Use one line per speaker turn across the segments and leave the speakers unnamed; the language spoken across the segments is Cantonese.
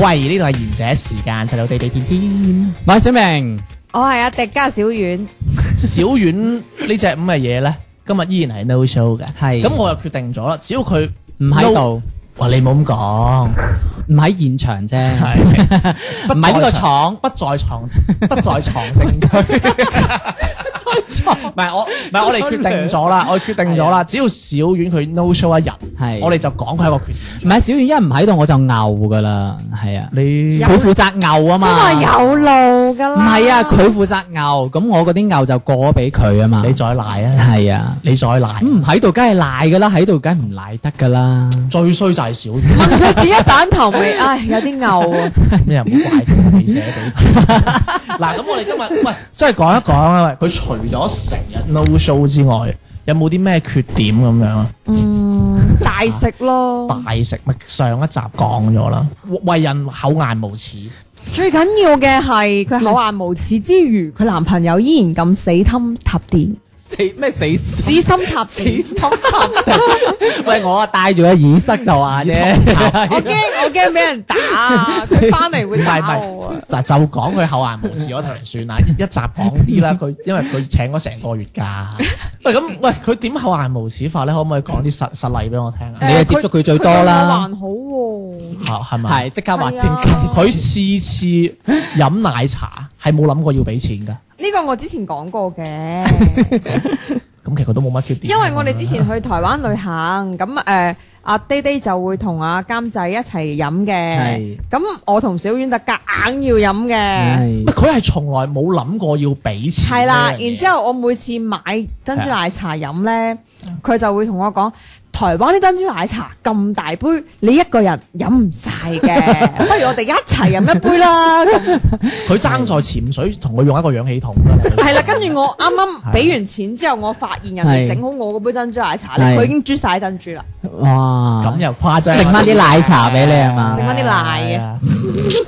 喂，呢度係賢者時間，細佬地地天天。
我係小明，
我係阿迪加小丸，
小丸呢只咁嘅嘢咧，今日依然係 no show 嘅。
係
咁，我又決定咗啦，只要佢
唔喺度，
哇，你冇咁講，
唔喺現場啫，
係
唔喺呢個廠。
廠，不在床，不在床正在 唔係我，唔係我哋決定咗 啦，我哋決定咗啦，只要小丸佢 no show 一日，
係
我哋就講佢係一個決
唔
定。
係小遠一唔喺度我就牛噶啦，係啊，
你
佢負責牛啊
都
嘛，
話有路噶
唔
啦。
係啊，佢負責牛，咁我嗰啲牛就過咗俾佢啊嘛，
你再賴啊，
係啊，
你再賴
咁，唔喺度梗係賴噶啦，喺度梗係唔賴得噶啦，
最衰就係小丸。
問佢自己蛋頭 未？唉，有啲牛 啊！
咩又唔好怪佢未寫俾佢。 嗱，咁我哋今日喂，真係講一講啊！喂，佢除咗成日 no show 之外，有冇啲咩缺點咁樣啊？
嗯，大食咯，
大食咪上一集講咗啦，為人厚顏無恥，
最緊要嘅係佢厚顏無恥之餘，佢男朋友依然咁死心塌地，
死咩死
死心塌地。
喂，我啊戴住個耳塞就話啫，
我驚我驚俾人打 啊！佢翻嚟會打我啊！
嗱就講佢厚顏無恥嗰頭就 算啦，一一集講啲啦。佢因為佢請咗成個月假， 喂咁喂佢點厚顏無恥法咧？可唔可以講啲實實例俾我聽啊？
你係接觸佢最多啦
佢對我還好喎，
啊係咪？
係即刻話
係
尖
啊
計，
佢次次飲奶茶係冇諗過要俾錢㗎。
呢個我之前講過嘅。
咁其實佢都冇乜缺點。啊
因為我哋之前去台灣旅行，咁誒、呃阿爹爹就會同阿監仔一齊飲嘅
係，
咁我同小丸特夾硬要飲
嗯
嘅，
唔係佢係從來冇諗過要俾錢。
係啦。然之後我每次買珍珠奶茶飲呢，佢就會同我講。台灣啲珍珠奶茶咁大杯，你一個人飲唔晒嘅，不如我哋一齊飲一杯啦。咁
佢爭在潛水同佢用一個氧氣筒㗎啦。
係啦，跟住我啱啱俾完錢之後，我發現人哋
係
整好我嗰杯珍珠奶茶咧，
係
佢已經啜晒珍珠啦。
哇，
咁又誇張，
剩返啲奶茶俾你係嘛
剩返啲奶
啊，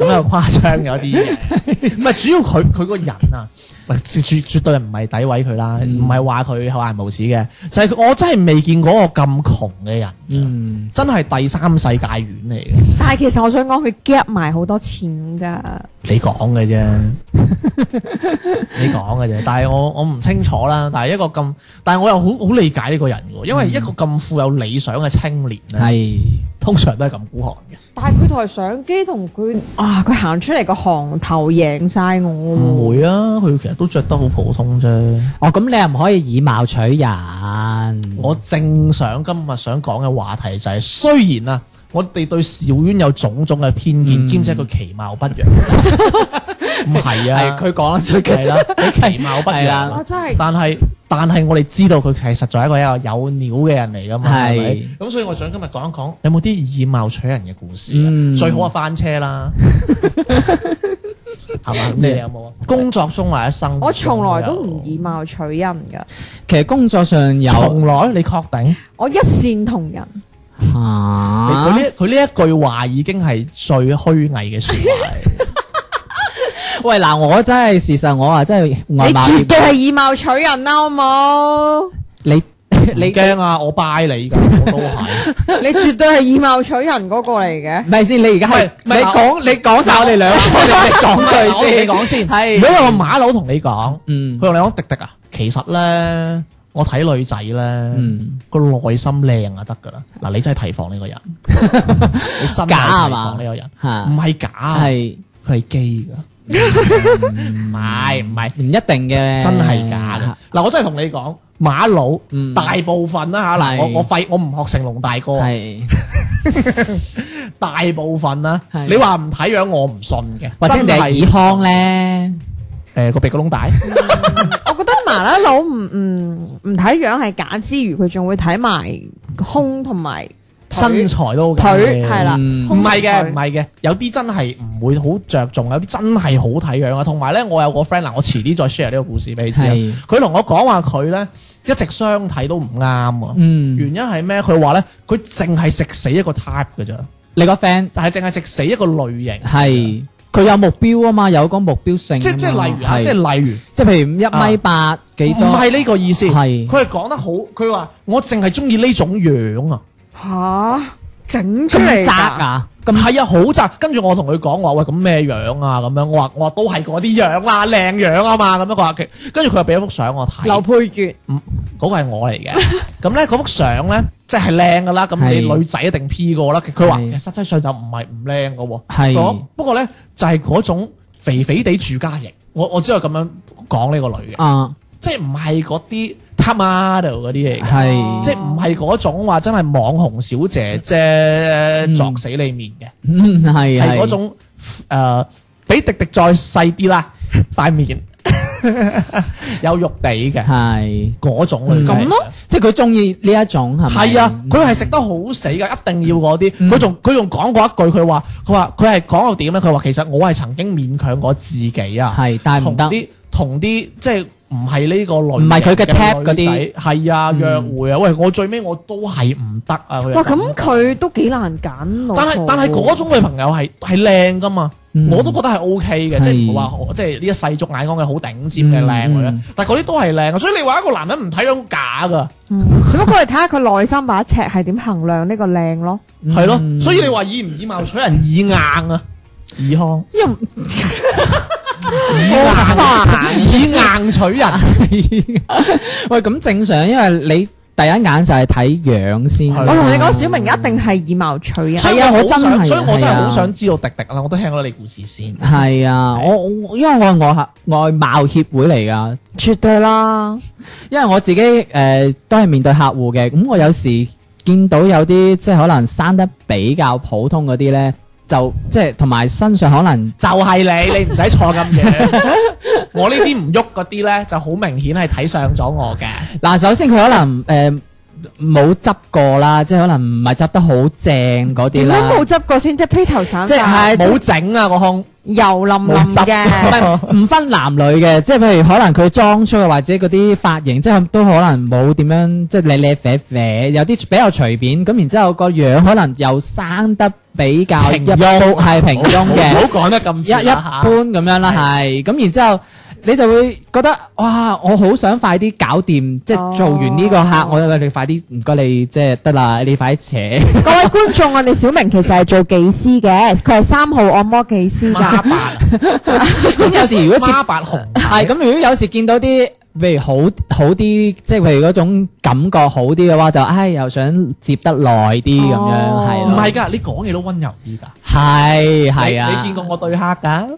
咁又誇張有啲嘢。唔係主要佢佢個人啊，喂絕絕對唔係詆毀佢啦，
嗯
唔係話佢厚顏無恥嘅，就係佢我真係未見過一個咁窮嘅人，
嗯。
真係第三世界院嚟嘅。
但係其實我想講，佢 gap 埋好多錢噶，
你講嘅啫， 你講嘅啫，但係我我唔清楚啦。但係一個咁，但係我又好好理解呢個人嘅喎，因為一個咁富有理想嘅青年咧，
係
通常都係咁孤寒嘅。
但係佢台相機同佢啊，佢行出嚟個行頭贏晒
唔
我喎。
會啊，嗯佢其實都着得好普通啫。
哦，咁你又唔可以以貌取人，
我正想今日想講嘅話題就係、雖然啊，我哋對小淵有種種嘅偏見，兼且佢其貌不 揚，唔係啊，
講得出
係啦，佢其貌不
係
揚
啦
啊
我。真係
但係但係我哋知道佢係實在係一個有料嘅人嚟噶嘛，
係
係咪？咁所以我想今日講一講有冇啲以貌取人嘅故事啊
嗯
最好啊翻 車啦，係嘛？咁你哋有冇啊？工作中或者生活
我
中
從
有，
來都唔以貌取人噶，
其實工作上有
從來你確定？
我一線同人。
你
啊
佢，呢佢呢一句話已經係最虛偽嘅説話嚟。
喂嗱，我真係事實，我啊真係
你
外貌協
絕對係以貌取人啦，好 冇？
你
你
你
驚啊！我拜你㗎，我都 係。
你絕對係以貌取人嗰個嚟嘅。
唔係先，你而家係
唔係
你
嗱
講你講晒我哋兩個，你講
我
句
你
先，
講先。如
係
果有個馬佬同你講。佢
嗯
同你講迪迪啊，其實咧，我睇女仔咧，
嗯
個內心靚啊得噶啦。嗱，你真係提防呢個人， 你真係
假啊
提
嘛
防呢個人，
嚇
唔係假，
係嗯
佢係基噶，唔係唔係
唔一定嘅，
真係假嘅。嗱，我真係同你講，馬佬
嗯
大部分啦嚇，嗱，
係
我我廢我唔學成龍大哥，
係
大部分啦，
係
你話唔睇樣我唔信嘅，
或者
真
你係
係
爾康咧，
誒個鼻個窿大。
我覺得麻甩佬唔唔唔睇樣係假之餘，佢仲會睇埋胸同埋腿
身材都 OK
腿係啦，
嗯
唔
胸同
係嘅，
腿
唔係嘅，有啲真係唔會好着重，有啲真係好睇樣啊。同埋咧，我有個 friend 嗱，我遲啲再 share 呢個故事俾你知啊
係
佢同我講話佢咧一直相睇都唔啱啊。
嗯，
原因係咩？佢話咧，佢淨係食死一個 type 嘅咋，
你個 friend
就係淨係食死一個類型。
係佢有目標啊嘛，有個目標性啊嘛。
即即係例如啊，
係
即係例如。
即係譬如一米八幾
唔
多？
係呢個意思，
係
佢係講得好，佢話我淨係中意呢種樣啊，
吓整出嚟
咁
㗎
窄！啊？
咁係啊好窄。跟住我同佢講我話喂咁咩樣啊咁樣，我話我話都係嗰啲樣啦，靚樣啊嘛咁樣。佢話其跟住佢又俾咗幅相我睇，
劉
嗰
佩玥
個係我 嚟嘅。咁咧嗰幅相咧即係靚噶啦，咁你
係
女仔一定 P 過啦。佢話
係
其實實際上就唔係唔靚噶喎，
係
佢話不過咧就係嗰種肥肥地住家型。我我只係咁樣講呢個女嘅，
啊，
即係唔係嗰啲 top model 嗰啲嚟嘅。
係
即係唔係嗰種話真係網紅小姐姐作死你面嘅，
嗯係
係
係
嗰種誒比迪迪再細啲 啦，塊面有肉地嘅
係，
嗰種女仔
嗯咁
咯，
即係佢中意呢一種係咪？
係啊，佢係食得好死㗎，一定要嗰啲。
嗯
佢仲佢仲講過一句，佢話佢話佢係講到點咧？佢話其實我係曾經勉強過自己啊，
係，但係
同
唔得，
啲同啲即係唔係呢個類
唔係佢嘅
型
type 嗰啲
女仔，係啊
嗯
約會啊，喂我最尾我都係唔得啊！佢係
哇，
講
咁佢都幾難揀老
但係
婆
但係
喎
嗰種女朋友係係靚噶嘛，
嗯
我都覺得係 O K 嘅，
係
即係唔好話我即係呢一世俗眼光嘅好頂尖嘅靚女啊
嗯嗯。
但係嗰啲都係靚啊，所以你話一個男人唔睇樣假噶，
嗯只不過係睇下佢內心把尺係點衡量呢個靚咯。
係咯。
嗯
所以你話以唔以貌取人，以硬啊，以康，
因為
以 硬，以硬取人，
喂咁正常，因為你第一眼就係睇樣先。
係
我同你講，小明一定係以貌取人。
所以
係啊
我好
我真係
想，
啊
所以我真係
係
好
啊
想知道迪迪啦。我都聽咗你故事先，
係啊，我我因為我係外外貌協會嚟㗎，
絕對啦，
因為我自己誒、呃都係面對客戶嘅，咁我有時見到有啲即係可能生得比較普通嗰啲咧，就即係同埋身上可能
就係你，你唔使坐咁 遠。我呢啲唔喐嗰啲咧，就好明顯係睇上咗我嘅。
嗱，首先佢可能誒呃冇執過啦，即係可能唔係執得好正嗰啲
點解
啦，
冇執過先？即係披頭散
即
髮，
係
冇整啊個胸，
油淋淋 嘅。
唔唔分男女嘅，即係譬如可能佢裝出去或者嗰啲髮型，即係都可能冇點樣，即係靚靚啡啡，有啲比較隨便。咁然之後個樣可能又生得比較
平
一
庸
般，係平庸嘅。
唔好講得咁
一一般咁樣啦，係咁然之後你就會覺得哇，我好想快啲搞掂，即係做完呢個客
哦，
我我你快啲，唔該你即係得啦，你 快啲扯。
各位觀眾，我哋小明其實係做技師嘅，佢係三號按摩技師
孖
㗎。
八，
咁有時如果接
孖八紅
係啊咁，如果有時見到啲譬如好好啲，即係譬如嗰種感覺好啲嘅話，就唉又想接得耐啲咁樣，
哦
係
唔
咯
係㗎，你講嘢都温柔啲㗎。
係
你
係
你
啊
見，過我對 黑㗎？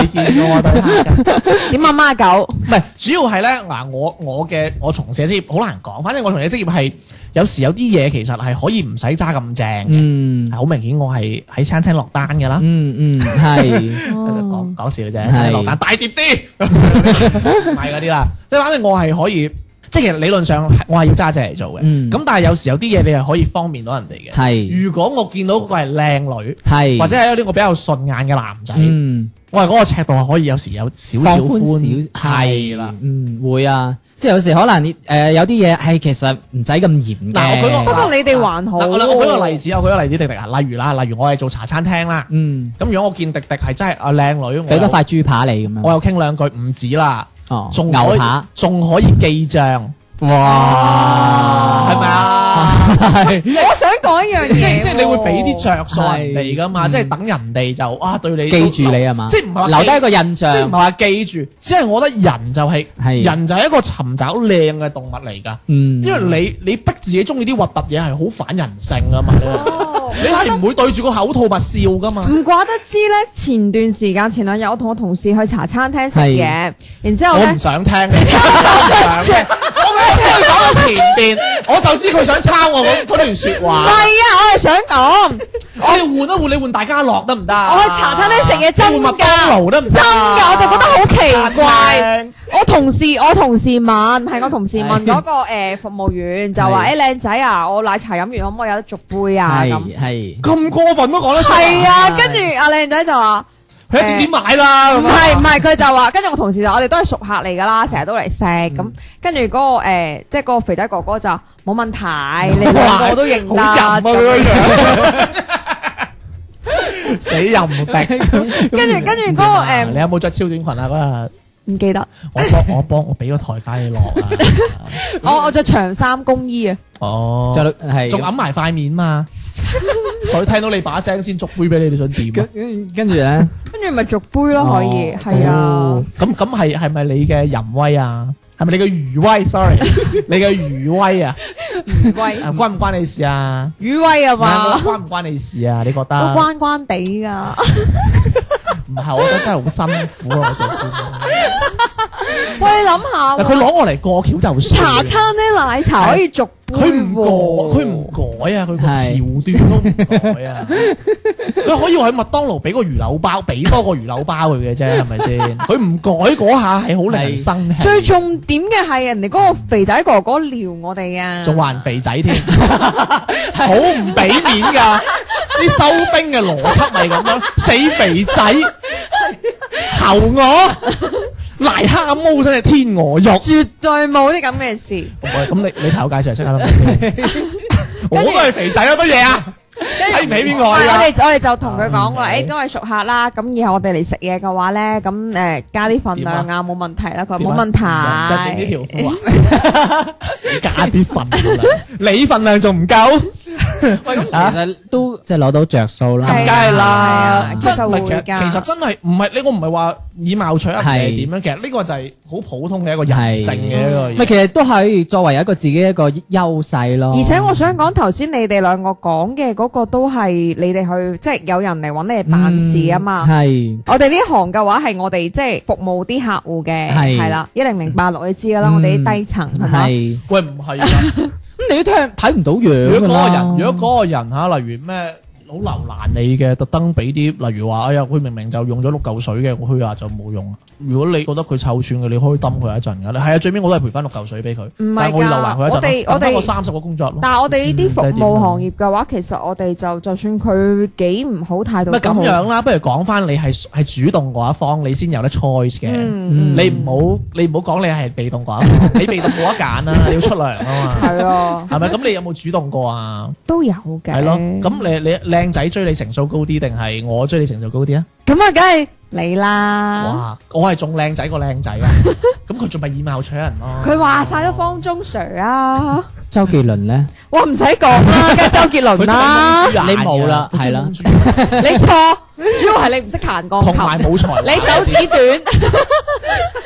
你見過我對黑㗎？
點啊，孖九？
唔係，主要係咧嗱，我我嘅我從事嘅職業好難講，反正我從事嘅職業係有時有啲嘢其實係可以唔使揸咁正嘅，
嗯
係好明顯我係喺餐廳落單㗎啦。
嗯嗯係。
講講笑啫，
哦係
餐廳落單大碟啲， 唔係嗰啲啦。即係反正我係可以，即係其實理論上係我係要揸車嚟做嘅。
嗯
咁但係有時有啲嘢你係可以方便到人哋嘅。
係
如果我見到嗰個係靚女，
係
或者係有啲我比較順眼嘅男仔，
嗯。
我係嗰個尺度係可以有時有少
放
少
寬
寬，
少
係啦。，
嗯會啊，即係有時可能誒、呃有啲嘢係其實唔使咁嚴嘅。
嗱我舉個
不過你哋還好
嗱，我我舉個例子，我舉個例子，迪迪啊，例如啦，例如我係做茶餐廳啦，
嗯，
咁如果我見迪迪係真係啊靚女，我
俾多
有
塊豬扒你咁
我
樣，
又傾兩句唔止啦，
哦，
仲可
牛
以
扒，
仲可以記帳，
哇
係咪？啊？
我想講一樣嘢
即
喎，
即係你會俾啲着數人哋噶嘛，
係
即係等人哋就啊對你
記住你係嘛？
即係唔係話
留低一個印
即係唔係
象，
話記住，只係我覺得人就係、
係
人就係一個尋找靚嘅動物嚟㗎，
嗯，
因為你你逼自己中意啲核突嘢係好反人性㗎嘛，
哦
你係唔會對住個口吐白笑㗎
嗯
嘛。
唔怪得知咧，前段時間前兩日我同我同事去茶餐廳食嘢，然之後
我
咧
唔。想聽，我唔想聽我聽佢講到前邊，我就知佢想抄我嗰嗰段説
唔
話
係。啊，我係想講，
我哋換一換，你換大家樂得唔得？
我去茶餐廳食嘢真㗎
換麥當勞得唔得？啊
真㗎，我就覺得好奇怪。
怪。
我同事我同事問，係我同事問嗰個誒服務員就話：誒靚仔啊，我奶茶飲完可唔可以有得續杯啊？咁
係
咁過分都講得出
係啊，跟住阿靚仔就話。
佢一定點買啦？
唔
咁啊
係唔係，佢就話，跟住我同事就我哋都係熟客嚟㗎啦，成日都嚟食咁。跟住嗰個誒，即係嗰個肥仔哥哥就冇問 題，你兩個都認
好淫啊！佢
得。
個樣， 死淫敵。
係，
跟住跟住嗰個
啊你
誒，
有冇着超短裙啊？嗰日
唔記得，
我幫我幫我俾個台階你落 啊！
我我着長衫工衣啊，
哦，
就係
仲揞埋塊面 嘛，所以聽到你把聲先捉杯俾你，你想點啊？
跟跟住咧，
跟住咪續杯咯，可以
哦
係啊
哦，，咁咁係係咪你嘅淫威啊？係咪你嘅餘威？sorry，你 嘅餘威啊？
余 威
啊關唔關你事啊？
余威啊
唔係我
嘛
話，關唔關你事啊？你覺
都
得？
關關地 㗎，
唔係，我覺得真係好辛苦啊！我想 知。
喂，你諗下
嗱，佢
喎，
攞我嚟過橋就算。
茶餐廳奶茶可以續杯喎，
佢唔改，佢唔改啊！佢個橋段都唔 改啊！佢可以話喺麥當勞俾個魚柳包，俾多個魚柳包佢嘅啫，係咪先？佢唔改嗰下係好令人生氣，
最重點嘅係人哋嗰個肥仔哥哥撩我哋啊，
仲還肥仔添，好唔俾面㗎！啲收兵嘅邏輯咪咁樣，死肥仔，求我癞蝦毛真係天鵝肉。
絕對冇啲咁嘅事。
喂咁你你頭介紹嚟識下啦，我都係肥仔啊，乜嘢啊？
跟
睇唔起邊個
哦我
啊？
哋我哋就同佢講
啊
話，誒都係熟客啦，咁以後我哋嚟食嘢嘅話咧，咁誒加啲份量
點
啊，冇問題啦。佢話
點
冇
啊
問
就整呢
題，
條 褲啊，死加啲份量，你份量仲唔夠？
其實都即係攞到着數啦，
係啊
梗係啦，
其
真
實
唔
會
係其實
㗎
其實真係唔係呢個唔係話以貌取人定係點樣，其實呢個就係好普通嘅一個人性嘅一個
咪
嘢。
其實都係作為一個自己一個優勢咯。
而且我想講頭先你哋兩個講嘅嗰個都係你哋去，即係有人嚟揾你哋辦事啊嘛。
嗯
係
我哋呢行嘅話係我哋即係服務啲客户嘅，
係
係啦，一零零八六你知噶啦，
嗯
我哋啲低層係嘛，
係，
喂，唔係啊！
咁你都聽睇唔到樣
如
㗎
果嗰個
啦
人，如果嗰個人嚇，例如咩？好留難你嘅，特登俾啲，例如話，哎呀，佢明明就用咗六嚿水嘅，我虛下就冇用。如果你覺得佢臭串嘅，你可以抌佢一陣㗎。係啊，最尾我都係賠翻六嚿水俾佢，
唔係㗎
但係我要留難佢
我
一
哋
陣咯，等翻
我哋
我三十個工作咯。
但係我哋呢啲
嗯
服
即係點
務
啊
行業嘅話，其實我哋就就算佢幾唔好態度
咪
都好
咁樣，啦，不如講翻你係係主動嗰一方，你先有得 choice 嘅。
嗯，
你唔好你唔好講你係被動嗰一 方，你被動冇得揀啦，你要出糧啊嘛，
係啊，
係咪？咁你有冇主動過啊？
都有嘅。
係咯，咁你你靚仔追你成數高啲定係我追你成數高啲啊？
咁啊，梗係你啦。
哇，我係仲靚仔過靚 仔啊！咁佢仲咪以貌取人咯？
佢話晒都方中 Sir 啊，
周杰倫咧，
我唔使講啦，梗係周杰倫
佢仲係
啦
公。主眼
你冇啦
嘅
係啦，
佢仲公主眼
你錯，主要係你唔識彈鋼
同埋
琴，
冇才華。
你手指 短，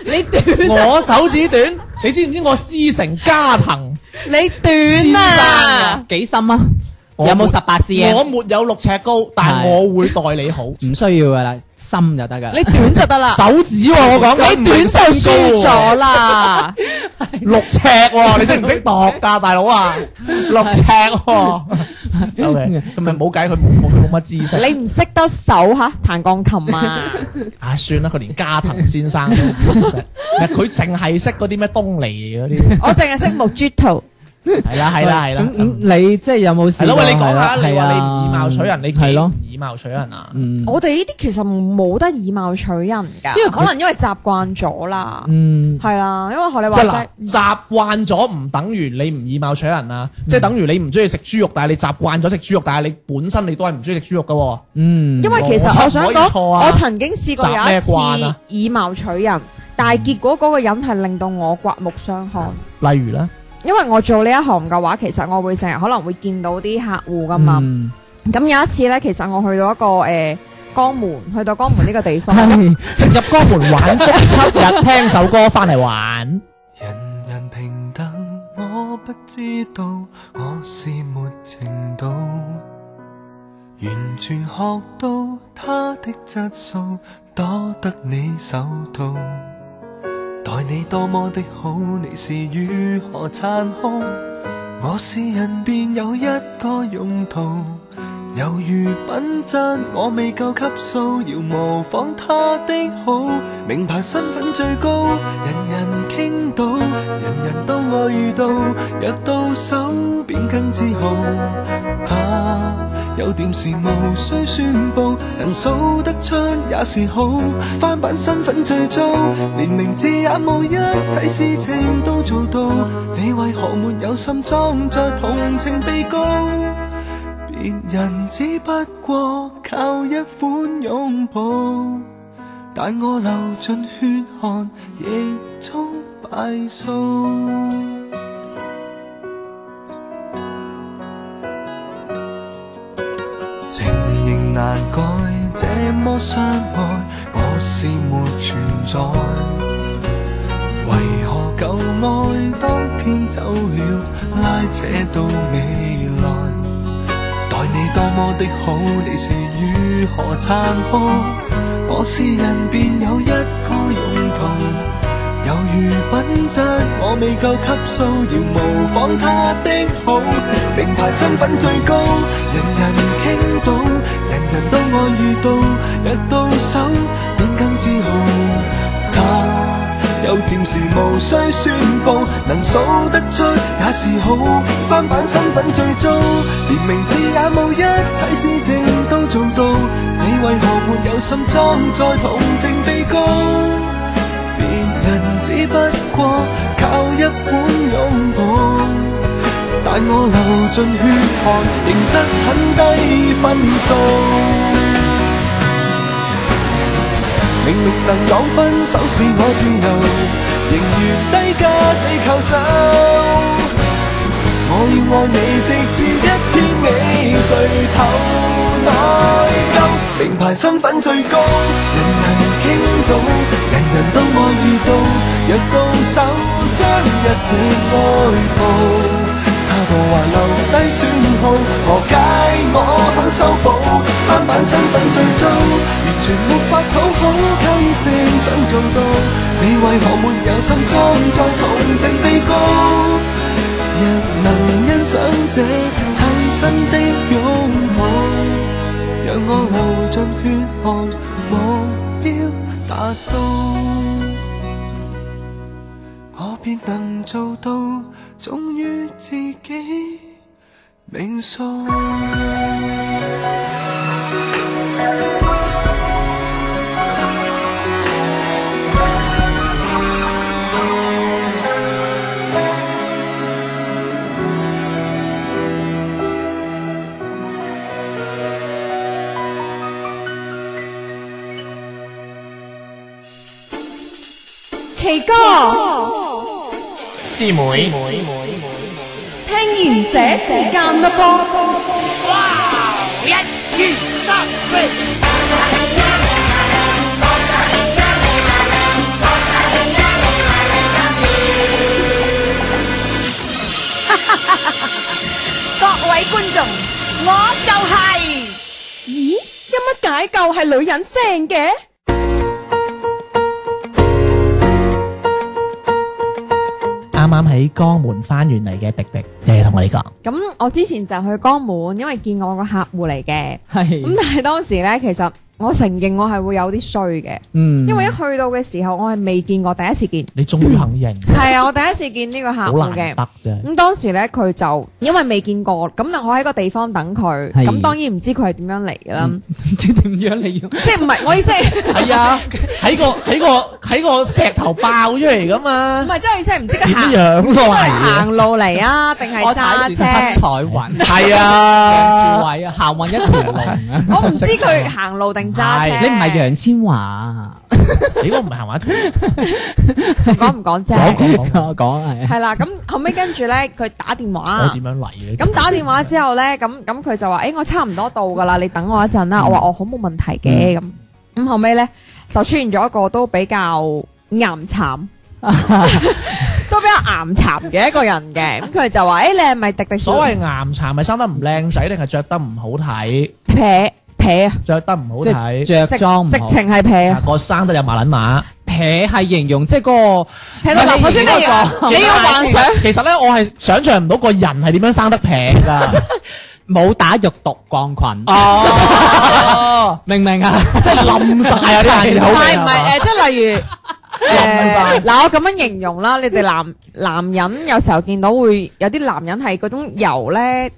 你短，
我手指短，你知唔知我師承加藤？
你短啊！
幾深啊？有
我
冇
冇
十八 cm？
我沒有六尺高，但
係
我會待 你好。
唔需要噶啦，深就得噶啦。
你短就得 啦，
手指喎、我講緊
你短就輸
唔係身高喎
咗啦。
六尺喎、你識唔識度㗎，大佬啊？六尺喎、O K，咁咪冇計，佢冇佢冇乜 知識。
你唔識得手吓彈鋼琴 啊？
唉、算啦，佢連加藤先生都唔識，唔係佢淨係識嗰啲咩東尼 嗰啲，
我淨係識木珠圖，
係啦係啦係啦
咁。咁你嗯即係有冇
係
試
咯，
過？
喂，你講
係
下，你話
啊
你唔以貌取人，你
係咯
幾，唔以貌取人啊？
嗯，
我哋呢啲其實冇得以貌取人㗎，因為可能因為習慣咗啦。
嗯，
係啦，因為學你話
喂嗱
齋，，
習慣咗唔等於你唔以貌取人啊，即係等於你唔中意食豬肉，但係你習慣咗食豬肉，但係你本身你都係唔中意食豬肉㗎喎。
嗯，
因為其
邏輯
實我想
唔可以
講，
錯啊
我曾經試過
習咩
有
慣
一
啊
次以貌取人，但係結果嗰個人係令到我刮目相看。
例如咧，
因為我做呢一行嘅話，其實我會成日可能會見到啲客户噶嘛。
嗯
咁、有一次呢，其實我去到一個誒、呃江門，去到江門呢個地方，
嗯
係
食入江門玩足七日，聽首歌翻嚟玩。
人人平等，我不知道我是沒程度，完全學到他的質素，多得你手套。待你多么的好，你是如何殘酷？我是人便有一個用途，猶如品質我未夠級數，要模仿他的好，明白身份最高，人人傾倒，人人都我遇到，若到手便更自豪。他有點事無需宣佈，能數得出也是好，翻版身份最糟，連名字也冇，一切事情都做到，你為何沒有心裝作同情被告？別人只不過靠一款擁抱，但我流盡血汗，亦終敗訴。情形難改，這麼相愛，我是沒存在。為何舊愛當天走了，拉扯到未來？待你多麼的好，你是如何殘酷？我是人便有一個用途。猶如品質，我未夠級數，要模仿他的好，名牌身份最高，人人傾倒，人人都我遇到，若到手便更自豪。他有點事無需宣佈，能數得出也是好，翻版身份最糟，連名字也冇，一切事情都做到，你為何沒有心裝再同情被告？別人只不過靠一款擁抱，但我流盡血汗，贏得很低分數。明明能講分手是我自由，仍然低價地叩首。我要愛你，直至一天你垂頭內疚。名牌身份最高，人人傾倒，人人都愛遇到。若到手，將一直愛慕，他步還留低損耗，何解我肯修補？翻版身份最糟，完全沒法討好，靠異性想做到，你為何沒有心裝再同情被告？若能欣賞這替身的擁抱。让我流尽血汗，目标达到，我便能做到，忠于自己命数。
奇哥，
姊妹，
聽完這時間啦噃。
各位观众，我就系、
咦，有乜解救係女人聲嘅？
啱啱喺江門翻完嚟嘅迪迪，又嚟同我哋講，
咁我之前就去江門，因為見我個客户嚟嘅。咁但係當時咧，其實我承認我係會有啲衰嘅，
嗯，
因為一去到嘅時候，我係未見過，第一次見。
你終於肯認，
係啊，我第一次見呢個客
好
户嘅
難。得 啫。
咁當時咧，佢就因為未見過，咁我喺個地方等佢，
係
咁當然唔知佢係點樣嚟㗎啦，
唔知點樣你要
即係唔係我意思 係，
係啊，喺個喺個喺個石頭爆出嚟噶嘛
唔，係即係我意思係唔知
點
佢啊行
樣咯
都係
係？
行路嚟啊，定係
我踩
揸
住七彩
車？
雲，
係
楊
啊
千，嬅啊，行運一條龍啊！
我唔知佢行路定揸車。
係你唔係楊千嬅，
你嗰個唔係行話
講唔講
講
啫？
講講，
我講係
係啦，咁後尾跟住咧，佢打電
我
話
點。樣嚟嘅？
啊咁打電話之後咧，咁咁佢就話：，誒、我差唔多到㗎啦，你等我一陣啦。我話：哦我好冇問題嘅。咁咁後尾咧，就出現咗一個都比較岩慘，都比較岩慘嘅一個人嘅。咁佢就話：，誒、你係咪迪迪
所謂岩茶咪生得唔靚仔，定係着得唔好睇？
撇撇啊？
着得唔好
即係
睇，
着
直
裝唔
直
好，
情係撇啊！
個生得有麻撚馬，
撇係形容即係嗰個
睇到嗱，頭先你
唔係
你要幻想，
其實咧，我係想象唔到個人係點樣生得平㗎。
冇打肉毒桿菌，
哦，
明唔明啊？
即係冧晒啊！啲人
但係唔
口味係嘛
係誒，即係例 如。誒嗱，我咁樣形容啦，你哋男男人有時候見到會有啲男人係嗰種油咧，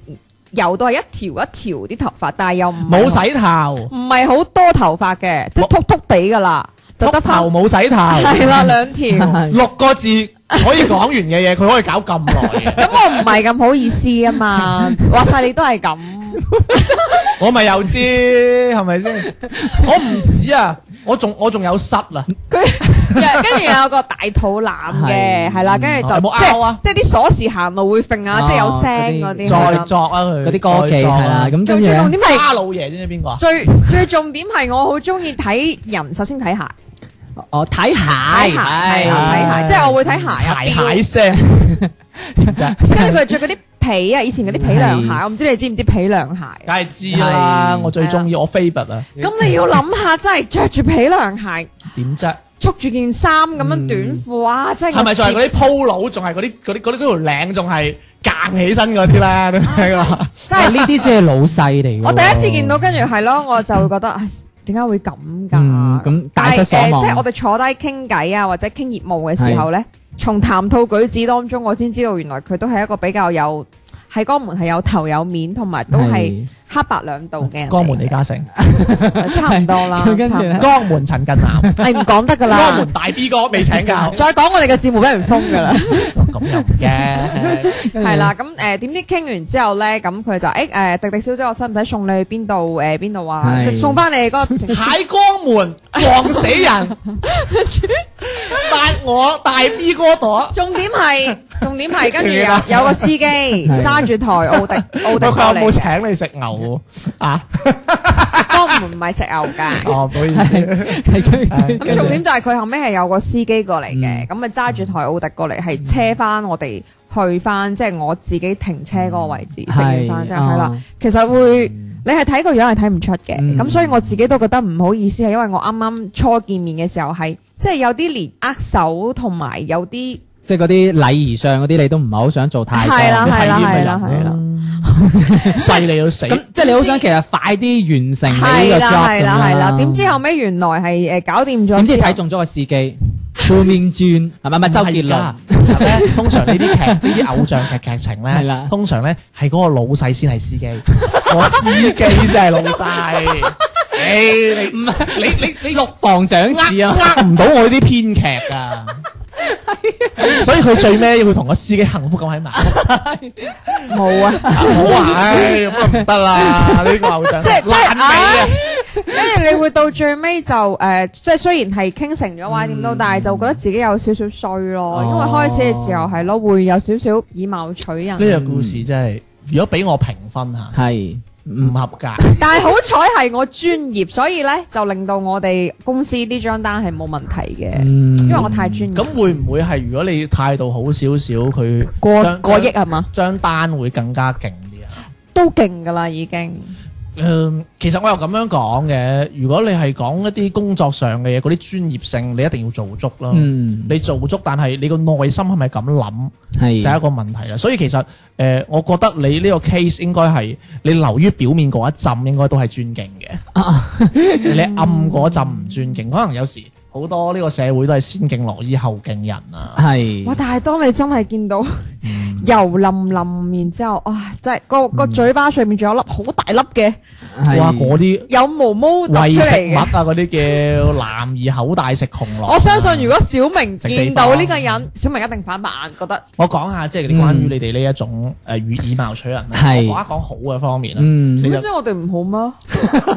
油到係一條一條啲頭髮，但係又唔係好
冇洗頭，
唔係好多頭髮嘅，即係
冇
秃秃地噶啦，就得
得
翻
頭冇洗頭，
係啦兩條。
六個字可以講完嘅嘢，佢可以搞咁耐 嘅。
咁我唔係咁好意思啊 嘛，話晒你都係咁，
我咪又知係咪先？我唔止啊，我仲我仲有虱啊！
佢跟住有個大肚腩嘅，
係
係啦，跟住就
有
即
冇拗啊
係即係啲鎖匙行路會揈啊，
哦
即係有聲嗰啲係
再
啦。
作啊佢
嗰啲歌
再
技
作啊
係啦，咁
最
跟住
最重
咧
點係
花老爺知唔知邊個啊？
最最重點係我好中意睇人，首先睇鞋，
我睇鞋，
睇鞋係
係
啦，睇鞋，即係我會睇鞋啊，
鞋
錶
蟹聲，
跟住佢着嗰啲皮啊，以前嗰啲皮涼鞋，我唔知你知唔知皮涼鞋？
梗係知啦！
係
我最中意我 favorite 啊，
咁你要諗下，真係着住皮涼鞋，
點啫？
束住件衫咁樣短褲啊，真係
係咪仲係嗰啲鋪佬，仲係嗰啲嗰啲嗰啲嗰條領，仲係硬起身嗰啲咧？你聽啊？
真係
呢啲先係老細嚟嘅喎。
我第一次見到，跟住係咯，我就會覺得，唉點解會咁㗎
嗯？咁大
但係
失所
誒
望
即係我哋坐低傾偈啊，或者傾業務嘅時候咧，從談吐舉止當中，我先知道原來佢都係一個比較有喺江門係有頭有面，同埋都係黑白兩道嘅人嚟嘅。
江嗯門李嘉誠，
差唔多啦，
咁跟住咧
差唔多
江門陳近南，
係唔講得㗎
江
啦
門。大 B 哥未請教，
再講我哋嘅節目俾人封㗎啦，
咁又唔嘅。
係啦，咁誒點知傾完之後咧，咁佢就誒誒迪迪小姐，我使唔使送你去邊度誒邊度啊？
係
即係送翻你嗰個
喺江門撞死人，但我大 B 哥朵，
重點係重點係，跟住有有個司機揸住台奧迪奧迪
佢
過
佢 有
嚟，
冇請你食牛啊？
江門唔係食牛 㗎。
哦，唔好意思，
係
咁重點就係佢後尾係有個司機過嚟
嗯
嘅，咁咪揸住台奧迪過嚟，係車翻我哋去翻，即係我自己停車嗰個位置，
嗯
食完飯之
ờ.
後係啦。，其實會你係睇個樣係睇唔出嘅，
哦嗯
咁所以我自己都覺得唔好意思，係因為我啱啱初見面嘅時候係即係有啲連握手同埋有啲
即係嗰啲禮儀上嗰啲，你都唔係好想做太多。
係啦係啦
你睇
係
呢
啦
個
係
人
啦。
犀利到死。
咁即係你好想其實快啲完成你
係
呢個
啦
job
係啦
咁樣
係啦，點知後尾原來係誒搞掂咗之後，
點知睇中咗個司機，負面轉係咪咪周杰倫？
其實咧，通常呢啲劇、呢啲偶像劇劇 情
係
咧
啦，
通常咧係嗰個老細先係 司機，個司機先係老細。誒，你唔係你你你
六房長子啊！
呃唔到我呢啲編劇啊！ 所以佢最尾要同個司機幸福咁喺埋，
冇啊？
唔好話唉，咁啊唔得 啦！呢個偶像
即係即係
爛尾啊！
跟住你會到最尾就誒、呃即係雖然係傾成咗話點都，但係就覺得自己有少少衰咯，因為開始嘅時候係咯，會有少少以貌取人。
呢個故事真係，如果俾我評分嚇，
係
唔
唔
合格。
但係好彩係我專業，所以咧就令到我哋公司呢張單係冇問題嘅，
嗯
因為我太專業。
咁會唔會係如果你態度好少少，佢
過
將
過億係嘛，
張單會更加勁啲啊？
都勁㗎啦已經。
嗯，其實我又咁樣講嘅，如果你係講一啲工作上嘅嘢，嗰啲專業性，你一定要做足咯。
嗯
你做足，但係你個內心係咪咁諗，
嗯
就係
係
一個問題啦。所以其實誒、呃我覺得你呢個 case 應該係你流於表面嗰一陣，應該都係尊敬嘅。
啊
你暗嗰陣唔尊敬，可能有時好多呢個社會都係先敬羅衣後敬人啊。
係
哇！但係當你真係見到油淋淋，然之後啊，真係個個嘴巴上面仲有粒好大粒嘅，
係
哇！嗰啲
有毛毛
喂
凸出
食
嚟
物
嘅
啊，。嗰啲叫男兒口大食窮郎。
我相信如果小明
食四
見到呢
方
個人，小明一定反白眼，覺得
我講下即係關於你哋呢一種誒以以貌取人啊啦，我講
嗯係
一講好嘅方啊面啦。
嗯
你
點
就
解我哋唔好嗎？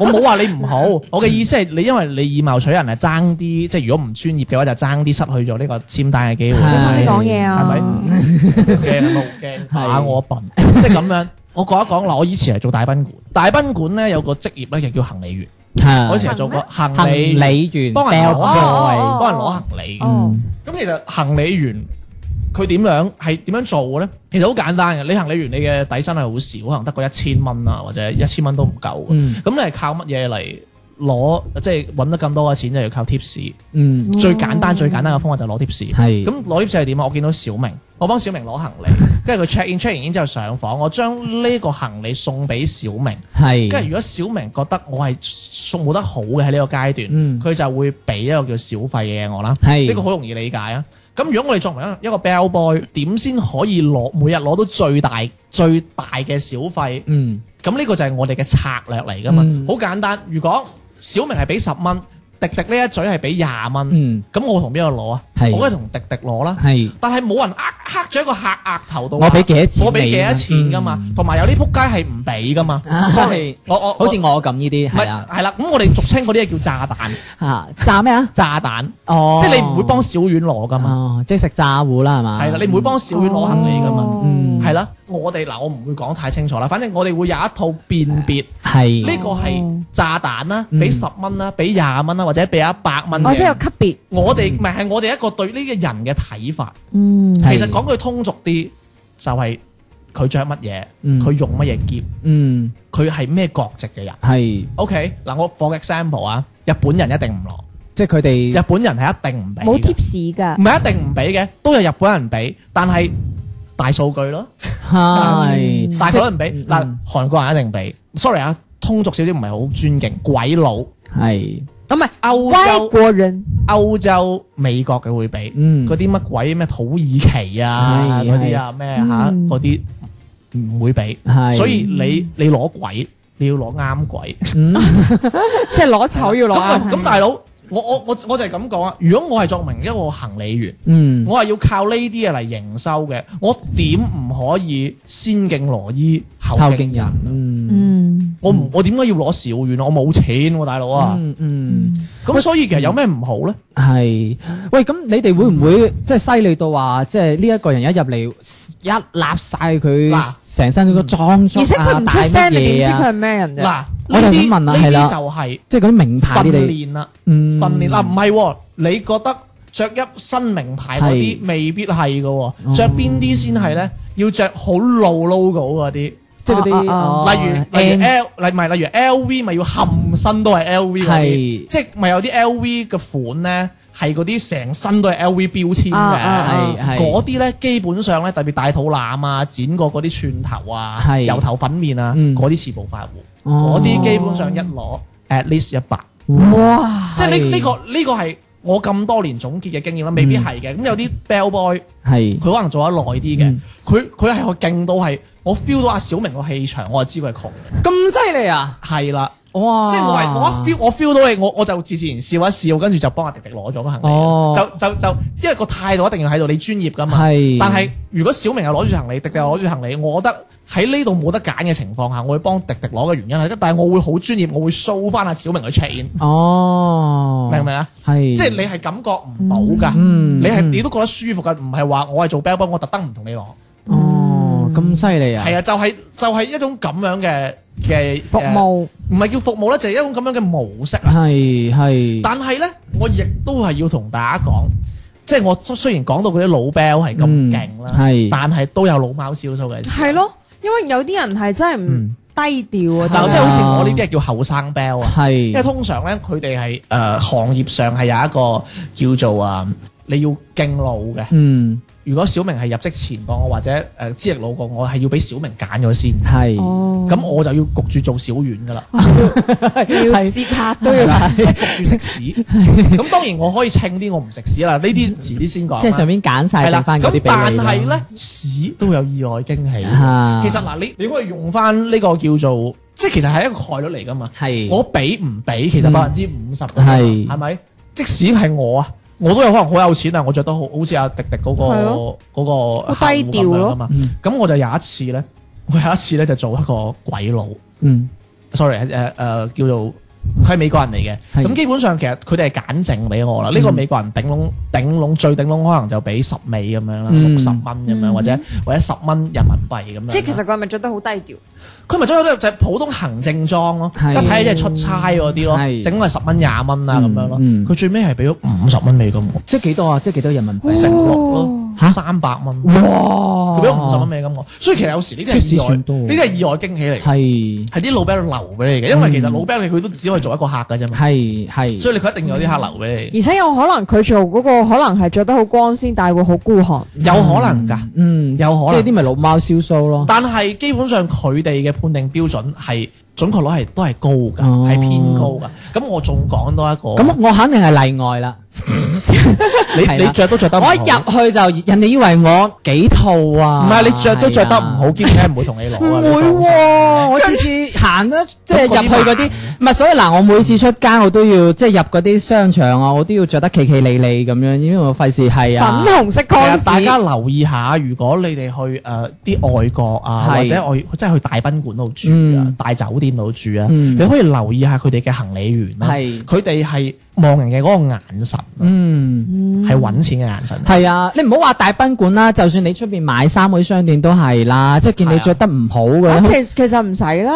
我冇話你唔好，我嘅意思係你因為你以貌取人係爭啲，即係如果唔專業嘅話就爭啲失去咗呢個簽單嘅機會。
係
小心啲講嘢
係
啊！
咪驚冇驚打我笨，即係咁樣。我講一講啦，我以前係做大賓館，大賓館咧有個職業咧就叫行李員，我以前係做過行
啊行
李
李員
幫人攞
掉
行
哦
李
哦哦
幫人攞行李嘅。
哦，
咁其實行李員佢點樣係點樣做嘅咧？其實好簡單嘅，你行李員你嘅底薪係好少，可能得個一千蚊啊，或者一千蚊都唔夠嘅。
嗯
咁你係靠乜嘢嚟攞即係揾得咁多嘅錢就要靠 tips。
嗯，
最簡單最簡單嘅方法就係攞 tips。
係
咁攞 tips 係點啊？我見到小明，我幫小明攞 行李，跟住佢 check in check in 完之後上房，我將呢個行李送俾小明。
係，
跟住如果小明覺得我係送冇得好嘅喺呢個階段，佢、
嗯
就會俾一個叫小費嘅嘢我啦。
係
呢個好容易理解啊。咁如果我哋作為一個 bell boy，點先可以攞每日攞到最大最大嘅小費？
嗯
咁呢個就係我哋嘅策略嚟噶嘛。
嗯
好、簡單，如果小明係俾十蚊，迪迪呢一嘴係俾廿蚊，咁、
嗯
我同邊個攞啊？
係
我梗係同迪迪攞啦。
係，
但係冇人呃黑咗一個客額頭度話，
我俾幾多錢
我俾幾
你啊
多錢噶嘛？同埋有啲仆街係唔俾噶嘛。
啊
sorry，我我
好似我咁呢啲
唔
係
係
啊，
係啦，咁我哋俗稱嗰啲嘢叫炸彈，
嚇炸咩啊？
炸彈，
哦，
即係你唔會幫小丸攞噶嘛，
哦，即係食炸糊啦係
啊
嘛？
係啦，你唔會幫小丸攞行李噶
哦
嘛，
嗯
係啦，我哋嗱我唔會講太清楚啦，反正我哋會有一套辨別，
嗯
係
呢個係炸彈啦，
嗯
俾十蚊啦，俾廿蚊啦，或者俾一百蚊
哦，即係有
嘅，
級別，
我哋唔係係我哋一個對呢個人嘅睇法，
嗯，
係
其實講句通俗啲就係佢着乜嘢，
嗯
佢用乜嘢夾，
嗯
佢係咩國籍嘅人
係，
，OK 嗱我 for example 啊，日本人一定唔攞。
即係佢哋
日本人係一定唔俾嘅，
嗯冇啊 tips 㗎
唔，係一定唔俾嘅，都有日本人俾，但係大數據咯，
係
大數據人俾
嗯
嗱
嗯，
韓國人一定俾。sorry 啊，通俗少少唔係好尊敬鬼佬，
係
咁咪
歐
外
洲、
國人
歐洲、美國嘅會俾，
嗯
嗰啲乜鬼咩土耳其啊
係
嗰啲啊咩嚇
嗯
嗰啲唔會俾，
係，
所以你你攞鬼，你要攞啱鬼。
嗯
即係攞籌要攞
咁
啊
喂咁大佬，我我我我就係咁講啊！如果我係作明一個行李員。
嗯
我係要靠呢啲嘢嚟營收嘅，我點唔可以先敬羅衣後
後
敬
勁
人
人
啊？
嗯
嗯，
我唔我點解要攞小丸啊？我冇錢喎、大佬啊！
嗯嗯。
咁、所以其實有咩唔好咧？
係，喂，咁你哋會唔會即係犀利到話，即係呢一個人一入嚟一立晒
嗱
佢成身嗰個裝束
而且佢唔出
啊
聲，
聲，
你點知佢
佢
係咩人啫？
嗱，
嗯我就
呢
想
啲
問啊
呢
係啦
啲就係
即係嗰啲名牌
訓
你哋，
練啦，
嗯，
訓練嗱唔係喎，你覺得着一身名牌嗰啲未必係嘅
哦
喎，着邊啲先係咧？要着好露 logo 嗰啲。
即係嗰啲，
啊啊
哦
例如例
N-
如 L，例唔係例如 LV 咪要冚身都係 LV 嗰
係
啲，即係咪有啲 LV 嘅款咧係嗰啲成身都係 LV 標籤
啊啊
嘅
啊，係
嗰啲咧基本上咧特別大肚腩啊、剪過嗰啲寸頭啊、
係
油頭粉面啊，
嗯
嗰啲似暴發戶，
哦
嗰啲基本上一攞 at least 一百，
哇，
即係呢
係嗯
呢個呢個係我咁多年總結嘅經驗啦，未必係嘅，咁有啲 bell boy。
係
佢可能做得耐啲嘅
嗯，
佢佢係我勁到係，我 feel 到阿小明個氣場，我就知佢係窮嘅。
咁犀利啊！
係啦，
哇，
即係我係我一 feel 我 feel 到你，我我就自自然笑一笑，跟住就幫阿迪迪攞咗個行李啦。
哦
就就就因為個態度一定要喺度，你專業噶嘛。
係
但係如果小明又攞住行李，迪迪又攞住行李，我覺得喺呢度冇得揀嘅情況下，我會幫迪迪攞嘅原因係，但係我會好專業，我會 show 翻阿小明去 check in，
哦，
明唔明啊？
係
即係你係感覺唔到㗎，
嗯
你係
嗯
你都覺得舒服㗎，唔係話我係做 bell boy，我特登唔同你攞。
哦咁犀利啊！
係啊，就係、就係、一種咁樣嘅嘅
服，
呃
務
唔係叫服務咧，就係、一種咁樣嘅模式啊。
係係
但係咧，我亦都係要同大家講，即係我雖然講到嗰啲老 bell 係咁
嗯
勁啦，
係
但係都有老貓少數嘅時候。
係咯，因為有啲人係真係
嗯
唔低調 啊，
嗱，
但
即係好似我呢啲係叫後生 bell 啊，因為
係
通常咧佢哋係誒行業上係有一個叫做啊、你要敬老嘅。
嗯
如果小明係入職前過我，或者誒、呃資歷老過我，係要俾小明揀咗先。
係
哦，
咁我就要焗住做小丸噶啦。
要接客都要
即係焗住食 屎。咁當然我可以稱啲我唔食屎啦，呢啲遲啲先講啦。
即係上面揀晒
係啦，
剩翻嗰啲俾
咁
你啦
但係咧，屎都有意外驚喜。
啊
其實嗱，你你可以用翻呢個叫做，即係其實係一個概率嚟噶嘛。
係
我俾唔俾，其實
嗯
百分之五十
係
係咪？即使係我啊，我都有可能好有錢啊，我着得好好似阿迪迪嗰
係
個嗰個
好低調咯
客戶咁樣㗎啊嘛
嗯。
咁我就有一次咧，我有一次咧就做一個鬼佬。
嗯
sorry 誒、誒、叫做佢係美國人嚟
係
嘅，咁基本上其實佢哋係揀剩俾我啦。呢、個
嗯
美國人頂籠頂籠最頂籠可能就俾十美咁樣啦，
嗯
六十蚊咁樣，或者或者十蚊人民幣咁樣。
嗯即係其實佢係咪着得好低調？
佢咪都有啲就係普通行政裝咯，
係
一睇即係出差嗰啲咯，
係
整係十蚊廿蚊啊咁樣咯。
嗯嗯
佢最尾係俾咗五十蚊美金我，
即係幾多啊？即係幾多人民幣？
成六咯，
嚇
三百蚊，
哇
佢俾咗五十蚊美金我。所以其實有時呢啲係
Tips
意外，
算多
呢啲係意外驚喜嚟嘅。
係
係啲老餅留俾你嘅，因為其實老餅佢都只可去做一個客嘅啫嘛，
係係。
所以你佢一定有啲客留俾
而且有可能佢做嗰個可能係着得好光鮮，但係會好孤寒。
你，有可能㗎，
嗯，
有可能
即係啲咪老貓燒鬚咯。
但係基本上佢哋嘅判定標準係準確率係都係高㗎，
哦
係偏高㗎。咁我仲講多一個，
咁我肯定係例外啦。係
你
啦
你著都着得唔好
我一入去就人哋以為我幾套
唔
啊。
係你着都着得唔好，
係啊。
兼且唔會同你攞
唔
啊。
會
你放心
喎，我次次行咗即係入去嗰啲，唔係所以嗱，我每次出街我都要即係入嗰啲商場啊，我都要着得企企理理咁樣，因為我費事係
粉
啊。
紅色
其實
cons，
大家留意下，如果你哋去誒啲、外國啊，
係
或者外即係去大賓館度住啊、
嗯
大酒店度住啊，
嗯
你可以留意下佢哋嘅行李員啦、
係
佢哋係望人嘅嗰個眼神啊，
嗯。
係揾、錢嘅眼神。
係啊，你唔好話大賓館啦，就算你出边買衫嗰啲商店都係啦，即係見
係
你
啊
着得唔好嘅，
啊
好
其其實唔使啦，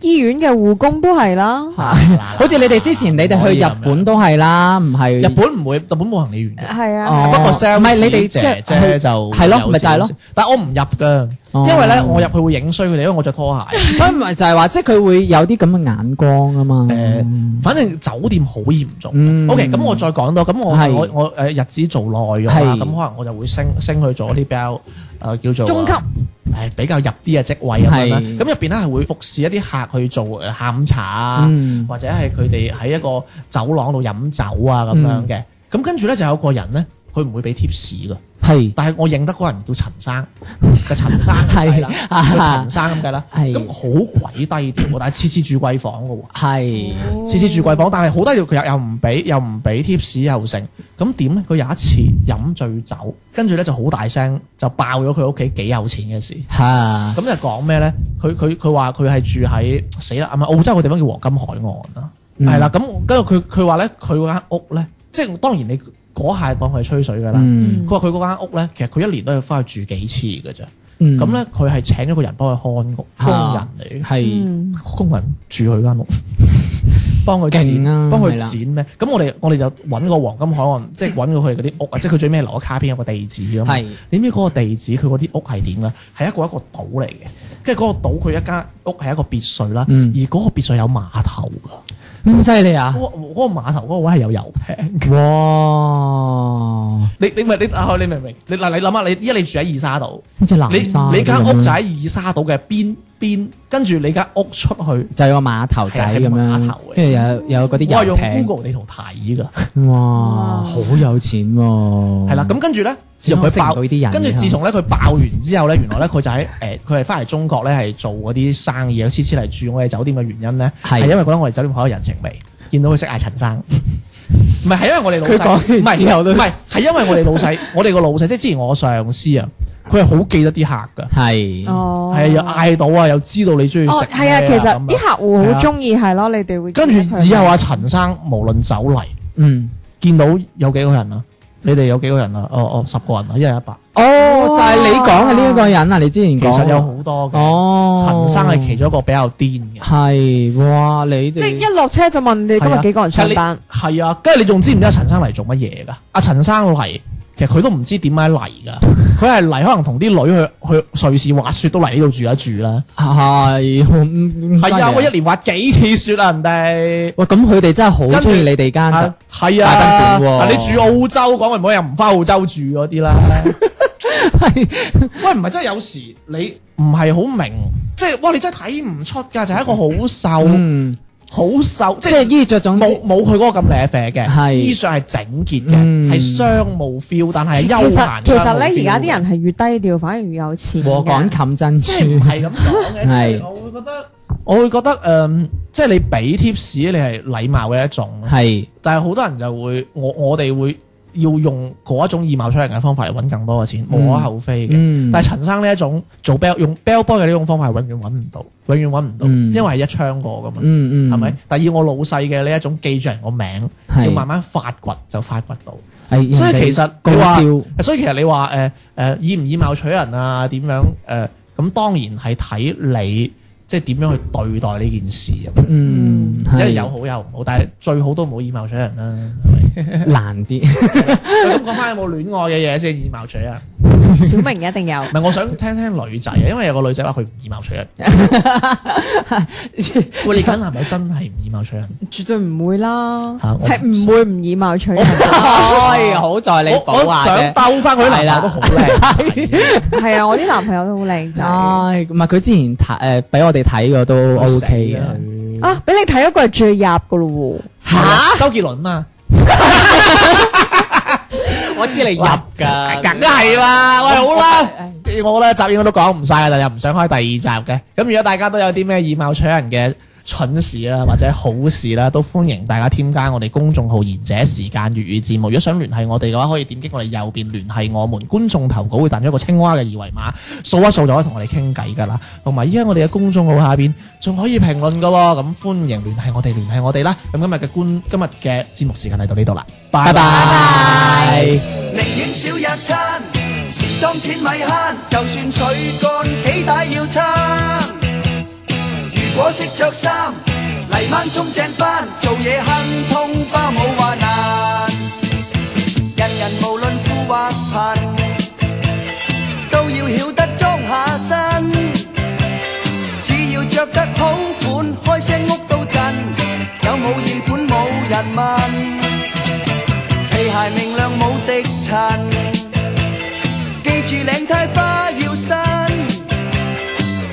醫院嘅護工都係啦。
係好似你哋之前你哋去日本都係啦，唔係
日本唔會，日本冇行李員嘅。
係啊，
哦
不過 sales
唔係你哋即
姐
係
姐就
係咯
有
咪就係咯
少少，但我唔入㗎，
哦
因為咧我入去會影衰佢哋，因為我着拖鞋。
所以咪就係話，即係佢會有啲咁嘅眼光啊嘛。
誒，反正酒店好嚴重。
嗯
O.K. 咁我再講多，咁我
係
我我誒日子做耐咗啦，
係
咁可能我就會升升去咗啲比較誒叫做呃
中級
誒比較入啲嘅職位咁樣啦。
係
咁入邊咧係會服侍一啲客去做誒下午茶啊，
嗯
或者係佢哋喺一個走廊度飲酒啊咁樣
嗯
嘅。咁跟住咧就有個人咧，佢唔會俾 tips 㗎，
係
但係我認得嗰個人叫陳 生，就陳生
係
係啦，叫陳生咁計啦。
係
咁好鬼低調喎，但係次次住貴房㗎喎。
係
次次住貴房，但係好低調，佢又又唔俾又唔俾 tips 又剩，咁點咧？佢有一次飲醉酒，跟住咧就好大聲就爆咗佢屋企幾有錢嘅事。
吓
咁就講咩咧？佢佢佢話佢係住喺死啦，唔係澳洲個地方叫黃金海岸啦，
嗯
係啦、咁跟住佢佢話咧，佢嗰間屋咧，即係當然你嗰下當佢係吹水㗎啦。
嗯
佢話佢嗰間屋咧，其實佢一年都要翻去住幾次㗎啫。
嗯
咁咧、佢係請咗個人幫佢看屋，工人嚟嘅。
係
嗯
工人住佢間屋， 幫佢剪
勁，啊
幫佢
係啦
剪咩？咁我哋我哋就揾個黃金海岸，即係揾過佢哋嗰啲屋啊，即係佢最尾留咗卡片有個地址咁。
係
你知唔知嗰個地址佢嗰啲屋係點咧？係一個一個島嚟嘅，跟住嗰個島佢一間屋係一個別墅啦，
嗯
而嗰個別墅有碼頭㗎。
咁犀利啊！
嗰、個嗰個碼頭嗰個位係有遊艇。
哇！
你你咪你啊你明唔明？你嗱你諗下，你依家你住喺二沙島，
好似南
你
啊沙
你間
咁
屋
樣
就喺二沙島嘅邊邊，跟住你間屋出去。
就有個碼頭仔咁
係啊係碼
樣
頭嚟，
跟住有有嗰
我係
啲遊
用
艇，
Google 地圖睇㗎。
哇！好有錢喎！
係啦，咁跟住咧，自從佢
識唔
爆，
到呢啲人
跟住自從咧佢爆完之後咧，原來咧佢就喺誒，佢係翻嚟中國咧係做嗰啲生意，有次次嚟住我哋酒店嘅原因咧，係
係
因為覺得我哋酒店好有人情味，見到佢識嗌陳生。唔係，係因為我哋老
佢講
細，
完
唔係
之後都
唔係，係因為我哋老細，我哋個老細即係之前我上司啊，佢係好記得啲客㗎，
係
哦，
係啊，又嗌到啊，又知道你中意食
哦，係啊，
咩
其實
咁啊
啲客戶好中意係咯，你哋會
跟
見到
住
佢
以後阿陳生無論走嚟，
嗯。
見到有幾個人啊？你哋有幾個人啊？哦哦，十個人啊，一人一百。
哦，就係你講嘅呢一個人啊！你之前
其
講
實有好多嘅。
哦，
陳生係其中一個比較癲嘅。
係哇，你
即係
哋
一落車就問
啊
你今日幾個人上班？
係啊，跟住你仲知唔知阿陳生嚟做乜嘢㗎？阿陳生嚟，其實佢都唔知點解嚟 㗎。佢係嚟可能同啲女去去瑞士滑雪都嚟呢度住一住啦。
係好
係啊，我一年滑幾次雪啊，人哋。
喂，咁佢哋真係好中意你哋間
啊
就
係
大
啊，
賓館喎
啊你住澳洲講句唔好，又唔翻澳洲住嗰啲啦。喂， 唔係真係有時你唔係好明，即係哇！你真係睇唔出㗎，就係一個好瘦、
嗯，
好瘦，
即
即係
係衣着總之
冇冇佢嗰個咁舐啡嘅，
係
衣着係整潔嘅，
嗯
係商務 feel，但係係休
其
閒啊
實其實
商務
咧，而
feel
家
嘅
啲人係越低調，反而越有錢
和港
嘅。
冚珍
即係
珠
唔，係咁講嘅，即
係
係我會覺得。我會覺得誒、嗯即係你俾 tips，你係禮貌嘅一種咯。
係
但係好多人就會，我我哋會要用嗰一種以貌取人嘅方法嚟揾更多嘅錢，無可厚非嘅。
嗯
但係陳生呢一種做 bell 用 bell boy 嘅呢種方法係永遠揾唔到，永遠揾唔到，
嗯
因為係一槍過噶嘛，
嗯嗯，
係咪、？但係以我老細嘅呢一種記住人個名，
係
要慢慢發掘就發掘到。
係
所以
人哋
其實
高
你話
招，
所以其實你話誒誒以唔以貌取人啊？點樣誒？呃咁、當然係睇你即係點樣去對待呢件事啊。
嗯，
即係
係
有好有唔好，但係最好都唔好以貌取人啦。係咪
難啲，
咁講翻有冇戀愛嘅嘢先以貌取人？
小明一定有。
唔係，我想聽聽女仔啊，因為有個女仔話佢唔以貌 取人。喂，你緊係咪真係唔以貌取人？
絕對唔會啦，
嚇我
係唔會唔以貌取人，
哎，好在你
我
補
我
下
想
啫。
兜翻佢啲男朋友都 好靚，
係啊，我啲男朋友都好靚仔啊，
唉，唔係佢之前睇誒俾我哋睇過都 O K 嘅。
啊俾你睇嗰個係最入噶咯喎，
嚇，周杰倫啊嘛，
我知你入㗎
梗係啦，喂好啦，我咧集應該都講唔晒啦，但又唔想開第二集嘅。咁如果大家都有啲咩以貌取人嘅蠢事啦，或者好事啦，都歡迎大家添加我哋公眾號賢者時間粵語節目。如果想聯繫我哋嘅話，可以點擊我哋右邊聯繫我們觀眾投稿，會彈咗一個青蛙嘅二維碼，掃一掃就可以同我哋傾偈㗎啦。同埋依家我哋嘅公眾號下邊仲可以評論㗎喎，咁歡迎聯繫我哋，聯繫我哋啦。咁今日嘅觀今日嘅節目時間嚟到呢度啦，拜
拜
拜
拜。
寧願少一餐，時裝錢咪慳，就算水乾幾大要餐。如果識着衫，嚟晚沖正班，做嘢亨通包冇話難。人人無論富或貧，都要曉得裝下身。只要着得好款，開聲屋到震，有冇現款冇人問。皮鞋明亮冇滴塵，記住領呔花要新，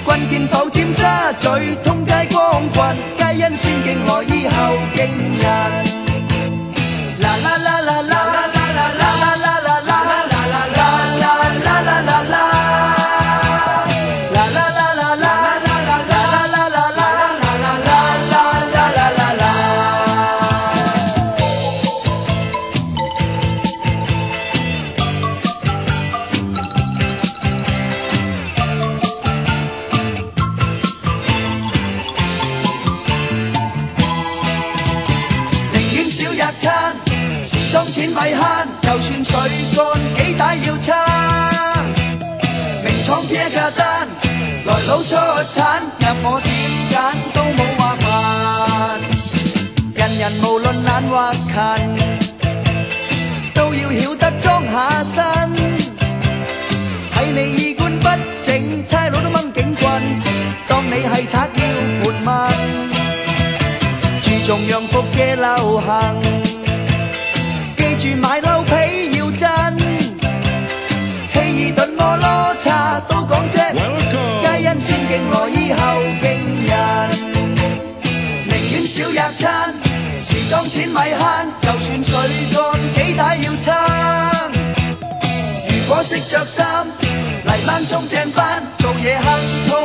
棍劍步尖沙咀通街光棍，皆因先敬我以後敬人。啦啦啦啦啦啦啦啦啦啦啦啦啦啦啦啦啦啦啦啦啦啦啦啦啦啦。寧願少一餐，時裝錢咪慳，就算水乾幾大要餐。名廠撇嘅單，來佬出產，任我點揀都冇話煩。人人無論懶或勤，都要曉得裝下身。睇你衣冠不整，差佬都掹警棍，當你係賊要盤問。注重洋服嘅流行，記住買褸皮要真。希爾頓摩羅茶都講聲，皆因先敬我以後敬人。寧願少一餐，時裝錢咪慳，就算水乾幾大要撐。如果識着衫，嚟晚沖正班，做嘢亨通